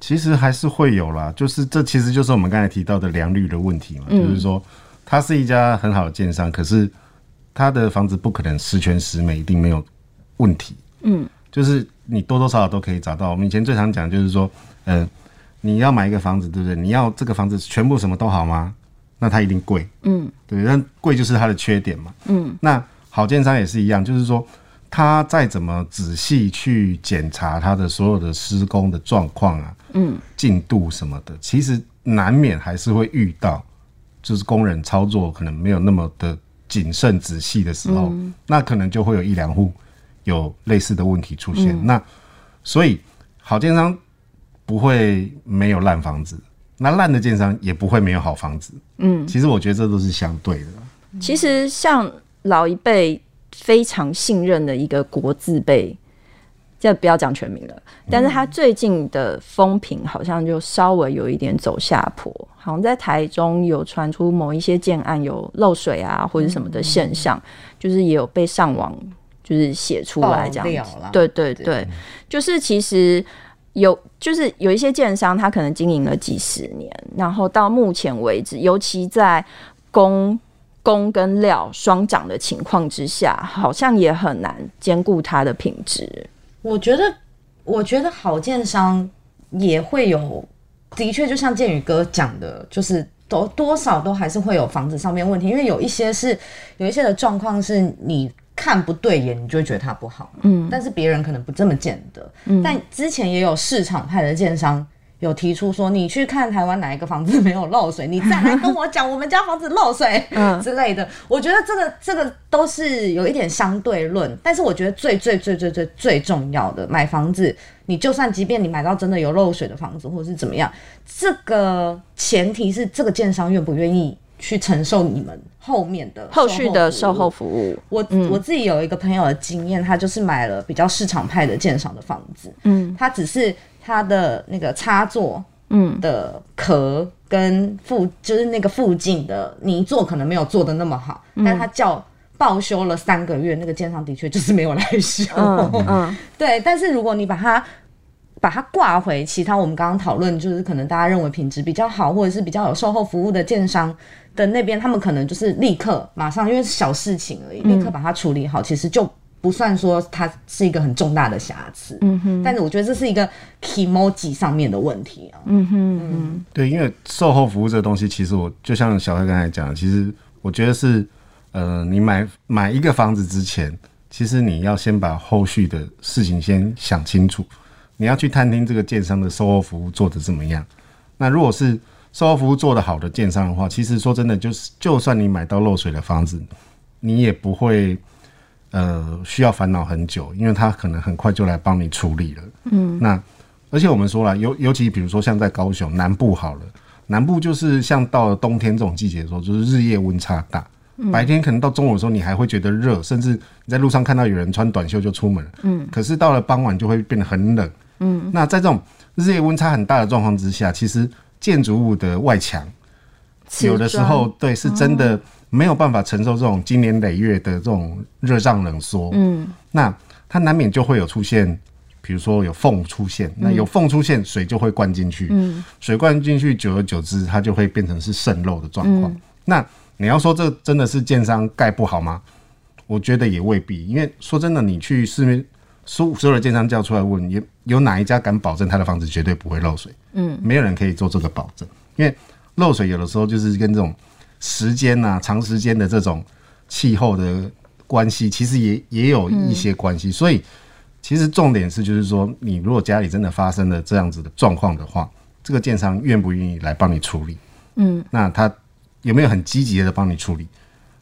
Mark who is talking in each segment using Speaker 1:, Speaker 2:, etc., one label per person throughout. Speaker 1: 其实还是会有啦，就是这其实就是我们刚才提到的良率的问题嘛，就是说它是一家很好的建商，可是它的房子不可能十全十美，一定没有问题。嗯，就是你多多少少都可以找到。我们以前最常讲就是说，呃，你要买一个房子，对不对？你要这个房子全部什么都好吗？那它一定贵。嗯，对，但贵就是它的缺点嘛。嗯，那好建商也是一样，就是说。他再怎么仔细去检查他的所有的施工的状况啊，嗯，进度什么的，其实难免还是会遇到，就是工人操作可能没有那么的谨慎仔细的时候，那可能就会有一两户有类似的问题出现。那所以好建商不会没有烂房子，那烂的建商也不会没有好房子。嗯，其实我觉得这都是相对的。
Speaker 2: 嗯
Speaker 3: 其实像老一辈非常信任的一个国字辈，这不要讲全名了，
Speaker 2: 嗯
Speaker 3: 但是他最近的风评好像就稍微有一点走下坡，好像在台中有传出某一些建案有漏水啊或者什么
Speaker 2: 嗯
Speaker 3: 的现象，就是也有被上网就是写出来这
Speaker 2: 爆料
Speaker 3: 样
Speaker 2: 啊
Speaker 3: 子
Speaker 2: 啦，
Speaker 3: 对对对，就是其实。有就是有一些建商，他可能经营了几十年，然后到目前为止，尤其在供供跟料双涨的情况之下，好像也很难兼顾它的品质。
Speaker 2: 我觉得，我觉得好建商也会有，的确就像建宇哥讲的，就是多多少都还是会有房子上面问题，因为有一些是有一些的状况是你。看不对眼，你就会觉得它不好，嗯，但是别人可能不这么见得，嗯，但之前也有市场派的建商有提出说，你去看台湾哪一个房子没有漏水，你再来跟我讲我们家房子漏水，嗯 之类的。我觉得这个这个都是有一点相对论，但是我觉得最最最最最最重要的，买房子，你就算即便你买到真的有漏水的房子，或是怎么样，这个前提是这个建商愿不愿意去承受你们后面的
Speaker 3: 后续的售
Speaker 2: 服务
Speaker 3: 后服务，嗯
Speaker 2: 我、我自己有一个朋友的经验，他就是买了比较市场派的鉴赏的房子，嗯，他只是他的那个插座，嗯的壳跟
Speaker 3: 嗯
Speaker 2: 附就是那个附近的泥做可能没有做的那么好，
Speaker 3: 嗯
Speaker 2: 但他叫报修了三个月，那个鉴赏的确就是没有来修，
Speaker 3: 嗯嗯，
Speaker 2: 对，但是如果你把它把它挂回其他我们刚刚讨论，就是可能大家认为品质比较好，或者是比较有售后服务的建商的那边，他们可能就是立刻马上，因为是小事情而已，
Speaker 3: 嗯
Speaker 2: 立刻把它处理好，其实就。不算说它是一个很重大的瑕疵，嗯哼，但是我觉得这是一个 emoji 上面的问题
Speaker 3: 嗯
Speaker 2: 啊，
Speaker 1: 对，因为售后服务这个东西，其实我就像小黑刚才讲的，其实我觉得是，呃，你买买一个房子之前，其实你要先把后续的事情先想清楚，你要去探听这个建商的售后服务做的怎么样。那如果是售后服务做得好的建商的话，其实说真的，就是就算你买到漏水的房子，你也不会呃需要烦恼很久，因为他可能很快就来帮你处理了。嗯，那而且我们说了，尤尤其比如说像在高雄南部好了，南部就是像到了冬天这种季节的时候，就是日夜温差大。白天可能到中午的时候，你还会觉得热，甚至你在路上看到有人穿短袖就出门了。嗯，可是到了傍晚就会变得很冷。嗯，那在这种日夜温差很大的状况之下，其实建筑物的外墙有的时候对是真的没有办法承受这种经年累月的这种热胀冷缩，嗯，那它难免就会有出现，比如说有缝出现，那有缝出现，水就会灌进去，嗯，水灌进去，久而久之，它就会变成是渗漏的状况。那你要说这真的是建商盖不好吗？我觉得也未必，因为说真的，你去市面所所有的建商叫出来问，有有哪一家敢保证他的房子绝对不会漏水？嗯，没有人可以做这个保证，因为漏水有的时候就是跟这种时间呐、长时间的这种气候的关系，其实也也有一些关系。所以，其实重点是，就是说，你如果家里真的发生了这样子的状况的话，这个建商愿不愿意来帮你处理？嗯，那他有没有很积极的帮你处理？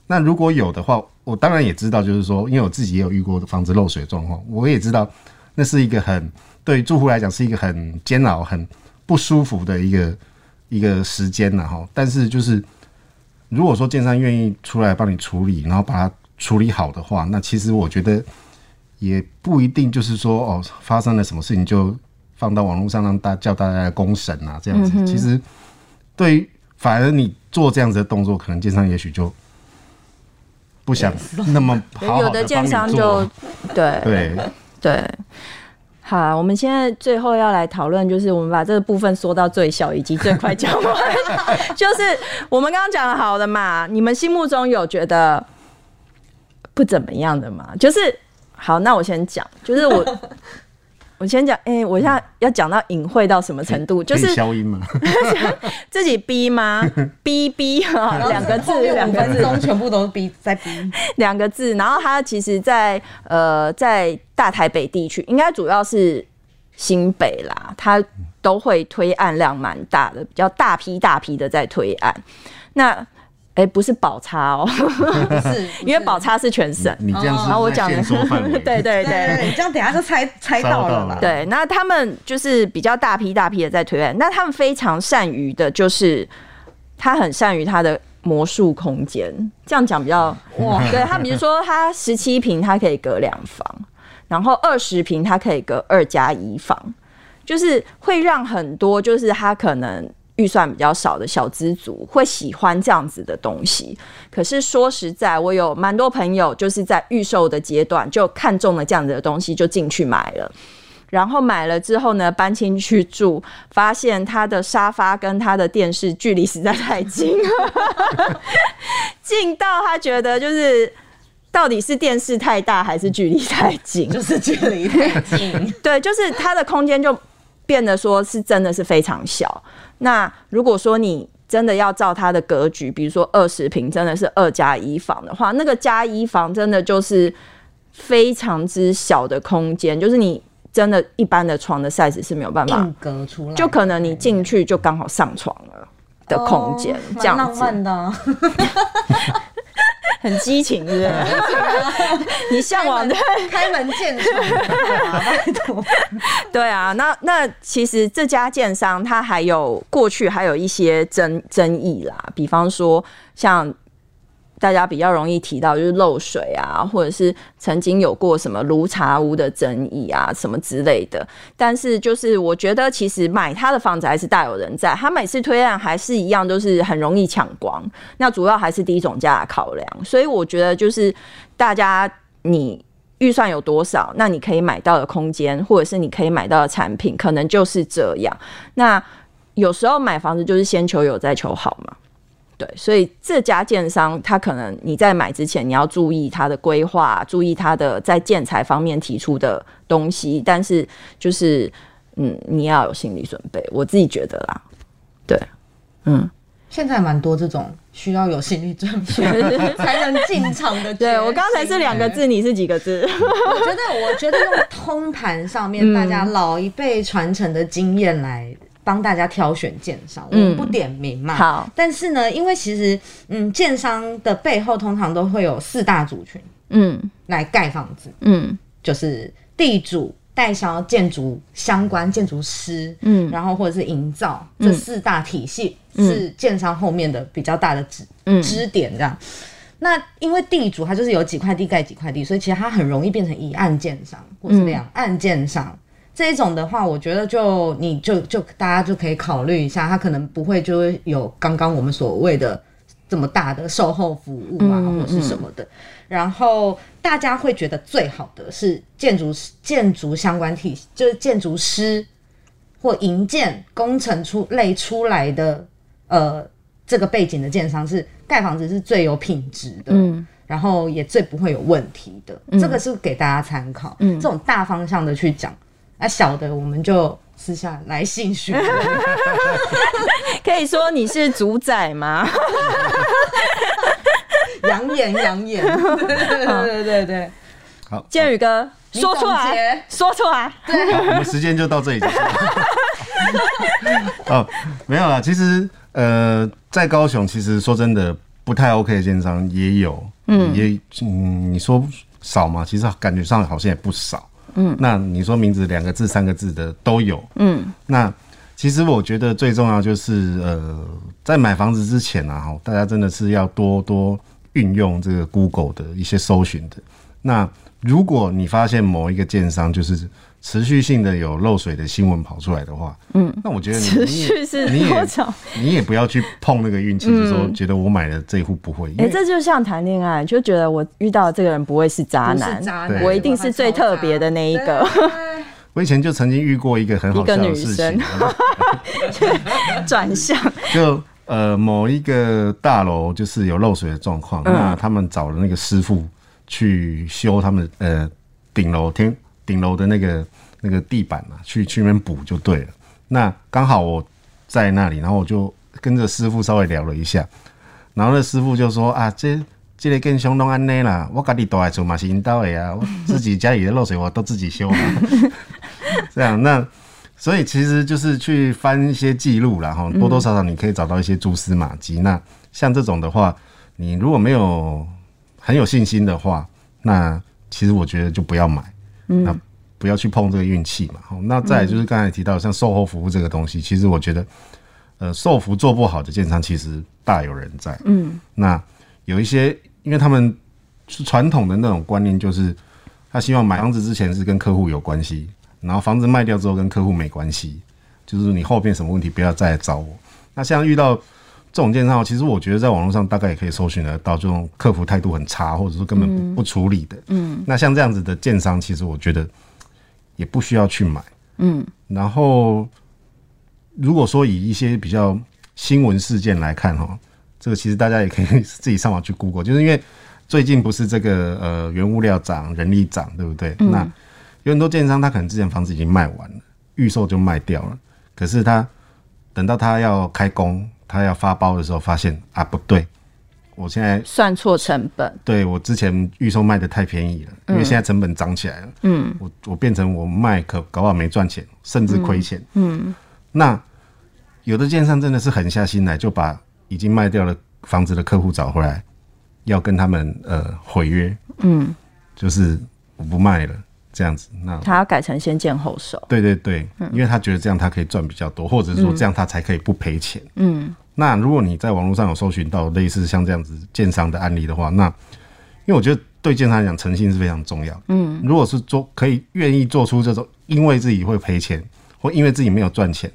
Speaker 1: 那如果有的话，我当然也知道，就是说，因为我自己也有遇过房子漏水的状况，我也知道那是一个很对住户来讲是一个很煎熬、很不舒服的一个一个时间了哈。但是就是如果说建商愿意出来帮你处理，然后把它处理好的话，那其实我觉得也不一定就是说哦发生了什么事情就放到网络上让大叫大家来公审啊这样
Speaker 3: 嗯
Speaker 1: 子。其实对于反而你做这样子的动作，可能建商也许就。不想那么好好
Speaker 3: 有的
Speaker 1: 的
Speaker 3: 建商就对
Speaker 1: 对，
Speaker 3: 对，好啊，我们现在最后要来讨论，就是我们把这个部分缩到最小以及最快讲完。 就是我们刚刚讲的好的嘛，你们心目中有觉得不怎么样的吗？就是好，那我先讲，就是我 我先讲，哎、我现在要讲到隐晦到什么 程度？就
Speaker 1: 嗯可以
Speaker 3: 是
Speaker 1: 消音嘛，
Speaker 3: 自己逼吗？逼逼啊，两个字
Speaker 2: 后，面
Speaker 3: 两
Speaker 2: 五
Speaker 3: 个
Speaker 2: 分
Speaker 3: 字，
Speaker 2: 钟全部都逼在逼，
Speaker 3: 两个字。然后它其实在呃，在大台北地区，应该主要是新北啦，它都会推案量蛮大的，比较大批大批的在推案。那哎、不是宝差哦，
Speaker 2: 是
Speaker 3: 因为宝差是全省。
Speaker 1: 你这样
Speaker 3: 然后哦我
Speaker 1: 是在
Speaker 3: 讲的
Speaker 1: 限缩范围，
Speaker 3: 对对
Speaker 2: 对对
Speaker 3: 对。
Speaker 2: 对，你这样等一下就猜猜到了吧？
Speaker 3: 对，那他们就是比较大批大批的在推案，那他们非常善于的就是他很善于他的魔术空间，这样讲比较
Speaker 2: 哇，
Speaker 3: 哦 对他，比如说他十七平，他可以隔两房，然后二十平他可以隔二加一房，就是会让很多就是他可能预算比较少的小资族会喜欢这样子的东西。可是说实在，我有蛮多朋友就是在预售的阶段就看中了这样子的东西，就进去买了。然后买了之后呢，搬进去住，发现他的沙发跟他的电视距离实在太近了， 近到他觉得就是到底是电视太大还是距离太近？
Speaker 2: 就是距 离太近，
Speaker 3: 对，就是它的空间就变得说是真的是非常小。那如果说你真的要照它的格局，比如说二十平真的是二加一房的话，那个加一房真的就是非常之小的空间，就是你真的一般的床的 size 是没有办法
Speaker 2: 硬，隔出来
Speaker 3: 就可能你进去就刚好上床了。的空间、
Speaker 2: 哦
Speaker 3: 这样
Speaker 2: 蛮浪
Speaker 3: 子
Speaker 2: 漫的啊，
Speaker 3: 很激情，是不是？ 你向往的
Speaker 2: 开门见山啊，拜托，
Speaker 3: 对啊，那那其实这家建商它还有过去还有一些争争议啦，比方说像大家比较容易提到就是漏水啊，或者是曾经有过什么卢茶屋的争议啊，什么之类的。但是就是我觉得其实买他的房子还是大有人在，他每次推案还是一样，都是很容易抢光。那主要还是低总价的考量，所以我觉得就是大家你。预算有多少？那你可以买到的空间，或者是你可以买到的产品，可能就是这样。那有时候买房子就是先求有，再求好嘛。对，所以这家建商他可能你在买之前，你要注意它的规划，注意它的在建材方面提出的东西，但是就是嗯，你要有心理准备，我自己觉得啦。对，嗯，
Speaker 2: 现在蛮多这种需要有心理准备 才能进场的。
Speaker 3: 对我刚才是两个，字，你是几个字？
Speaker 2: 我觉得我觉得用通盘上
Speaker 3: 嗯
Speaker 2: 面大家老一辈传承的经验来帮大家挑选建商，我们不点名嘛。
Speaker 3: 嗯好，
Speaker 2: 但是呢，因为其实嗯，建商的背后通常都会有四大族群
Speaker 3: 嗯
Speaker 2: 来盖房子，
Speaker 3: 嗯
Speaker 2: 就是地主、代销、建筑相关建筑师，
Speaker 3: 嗯
Speaker 2: 然后或者是营造
Speaker 3: 嗯
Speaker 2: 这四大体系、是建商后面的比较大的支、
Speaker 3: 嗯
Speaker 2: 支点这样。那因为地主他就是有几块地盖几块地，所以其实他很容易变成一案建商或是两
Speaker 3: 嗯
Speaker 2: 案建商。这一种的话，我觉得就你就就大家就可以考虑一下，他可能不会就会有刚刚我们所谓的这么大的售后服务啊，
Speaker 3: 嗯嗯
Speaker 2: 或是什么的。然后大家会觉得最好的是建筑师建筑相关体系，就是建筑师或营建工程出类出来的呃这个背景的建商是盖房子是最有品质的。
Speaker 3: 嗯
Speaker 2: 然后也最不会有问题的，
Speaker 3: 嗯
Speaker 2: 这个是给大家参考。
Speaker 3: 嗯
Speaker 2: 这种大方向的去讲，那、小的我们就私下来信询问。
Speaker 3: 可以说你是主宰吗？
Speaker 2: 养眼养眼，对对对对对，
Speaker 1: 好，好
Speaker 3: 建宇哥，
Speaker 2: 你
Speaker 3: 说出
Speaker 2: 总
Speaker 3: 来
Speaker 2: 结，
Speaker 3: 说出来。
Speaker 1: 我们时间就到这里结 束。哦，没有啦，其实呃，在高雄，其实说真的，不太 OK 的建商也有，嗯，也嗯，你说少吗？其实感觉上好像也不少，嗯。那你说名字两个字、三个字的都有，
Speaker 3: 嗯
Speaker 1: 那其实我觉得最重要就是，呃，在买房子之前啊，哈，大家真的是要多多运用这个 Google 的一些搜寻的。那如果你发现某一个建商就是持续性的有漏水的新闻跑出来的话，嗯，那我觉得你
Speaker 3: 持续是
Speaker 1: 你也
Speaker 3: 多少
Speaker 1: 你也你也不要去碰那个运气，就说觉得我买了这一户不会，因
Speaker 3: 哎、
Speaker 1: 为
Speaker 3: 这就像谈恋爱，就觉得我遇到这个人不会是渣
Speaker 2: 不
Speaker 3: 男，
Speaker 2: 是渣
Speaker 1: 对
Speaker 2: 男，
Speaker 3: 我一定是最特别的那一个。
Speaker 2: 对。
Speaker 1: 我以前就曾经遇过一个很好笑的事
Speaker 3: 一个
Speaker 1: 情
Speaker 3: 女， 转向，
Speaker 1: 就呃某一个大楼就是有漏水的状况，那他们找了那个师傅去修他们呃顶楼天顶楼的那个那个地板啊，去去那边补就对了。那刚好我在那里，然后我就跟着师傅稍微聊了一下，然后那师傅就说啊这。这个更凶弄安内啦，我家己住来厝嘛是因兜的啊，我自己家里的漏水我都自己修啊。 这样那所以其实就是去翻一些记录啦，哈，多多少少你可以找到一些蛛丝马迹。那像这种的话，你如果没有很有信心的话，那其实我觉得就不要买，那不要去碰这个运气嘛。齁那再来就是刚才提到像售后服务这个东西，其实我觉得，呃，售服做不好的建商其实大有人在。嗯，那有一些因为他们是传统的那种观念，就是他希望买房子之前是跟客户有关系，然后房子卖掉之后跟客户没关系，就是你后面什么问题不要再来找我。那像遇到这种建商，其实我觉得在网络上大概也可以搜寻得到这种客服态度很差，或者说根本不不处理的。嗯，那像这样子的建商，其实我觉得也不需要去买。嗯，然后如果说以一些比较新闻事件来看哈，这个其实大家也可以自己上网去 Google，就是因为最近不是这个呃原物料涨、人力涨，对不对？那有很多建商他可能之前房子已经卖完了，预售就卖掉了，可是他等到他要开工、他要发包的时候，发现啊不对，我现在
Speaker 3: 算错成本，
Speaker 1: 对我之前预售卖的太便宜了，因为现在成本涨起来了，嗯，我我变成我卖可搞不好没赚钱，甚至亏钱嗯，那有的建商真的是狠下心来，就把已经卖掉了房子的客户找回来，要跟他们呃毁约，嗯，就是我不卖了这样子，那
Speaker 3: 他要改成先见后手。
Speaker 1: 对对对，
Speaker 3: 嗯
Speaker 1: 因为他觉得这样他可以赚比较多，或者是说这样他才可以不赔钱。嗯，那如果你在网络上有搜寻到类似像这样子建商的案例的话，那因为我觉得对建商来讲，诚信是非常重要。嗯，如果是做可以愿意做出这种，因为自己会赔钱，或因为自己没有赚钱，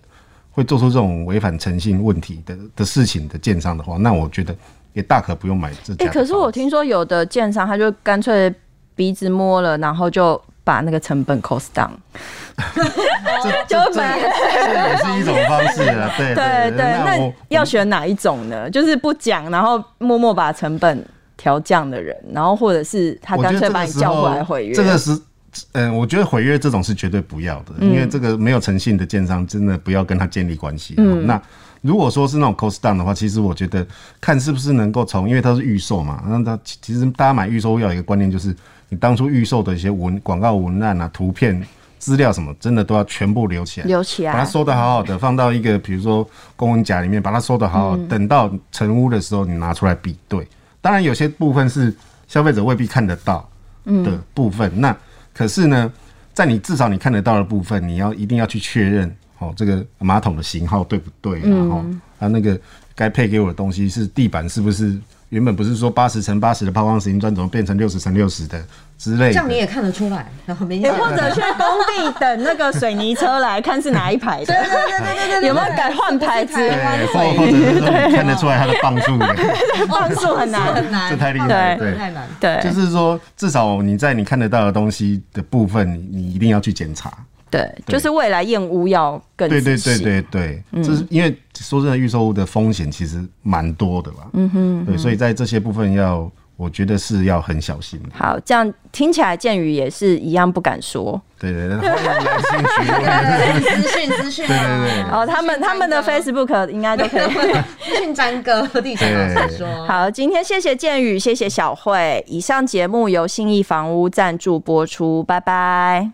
Speaker 1: 会做出这种违反诚信问题的的事情的建商的话，那我觉得也大可不用买这家的
Speaker 3: 哎、
Speaker 1: 房子。
Speaker 3: 可是我听说有的建商他就干脆鼻子摸了，然后就把那个成本 cost down，就买。
Speaker 1: 这也是一种方式啊，对
Speaker 3: 对
Speaker 1: 对
Speaker 3: 对，那
Speaker 1: 我嗯
Speaker 3: 要选哪一种呢？就是不讲，然后默默把成本调降的人，然后或者是他
Speaker 1: 我
Speaker 3: 干
Speaker 1: 觉
Speaker 3: 脆
Speaker 1: 得
Speaker 3: 把你叫回来毁约。
Speaker 1: 这个时候这个是，嗯，我觉得毁约这种是绝对不要的，
Speaker 3: 嗯
Speaker 1: 因为这个没有诚信的建商，真的不要跟他建立关系。嗯，那如果说是那种 cost down 的话，其实我觉得看是不是能够从，因为它是预售嘛，那它其其实大家买预售要有一个观念，就是你当初预售的一些文广告文案啊、图片、资料什么，真的都要全部留起来。
Speaker 3: 留起
Speaker 1: 把它
Speaker 3: 来，
Speaker 1: 收的好好的，放到一个比如说公文夹里面，把它收的好好，
Speaker 2: 嗯
Speaker 1: 等到成屋的时候你拿出来比对。当然有些部分是消费者未必看得到
Speaker 2: 嗯
Speaker 1: 的部分，那可是呢，在你至少你看得到的部分，你要一定要去确认哦，这个马桶的型号对不对、啊，
Speaker 2: 嗯
Speaker 1: 然后它那个该配给我的东西是地板是不是原本不是说八十乘八十的抛光石英砖，怎么变成六十乘六十的之类的。
Speaker 2: 这样你也看得出来，很明显。
Speaker 3: 或者去工地等那个水泥车来看是哪一 排的，
Speaker 2: 对对对对对，
Speaker 3: 有没有改换牌子？
Speaker 1: 对，或或者是说你看得出来 它的磅数的。
Speaker 3: 换数很难。
Speaker 2: 很难，
Speaker 1: 这太厉害了
Speaker 2: 这
Speaker 1: 对
Speaker 2: 太难。
Speaker 3: 对，
Speaker 1: 就是说，至少你在你看得到的东西的部分，你你一定要去检查。
Speaker 3: 对，就是未来验屋要更
Speaker 1: 对对
Speaker 3: 仔
Speaker 1: 对
Speaker 3: 细，
Speaker 1: 对对，这是因为说真的，预售物的风险其实蛮多的吧。嗯哼，对，所以在这些部分要，我觉得是要很小心的。
Speaker 3: 好，这样听起来建宇也是一样不敢说。
Speaker 1: 对对对， 欢迎来信询问。
Speaker 2: 资讯资讯，
Speaker 1: 对对
Speaker 3: 然后哦他们他们的 Facebook 应该都可以
Speaker 2: 对，资讯詹哥地产老师说，
Speaker 3: 好，今天谢谢建宇，谢谢小慧。以上节目由信义房屋赞助播出，拜拜。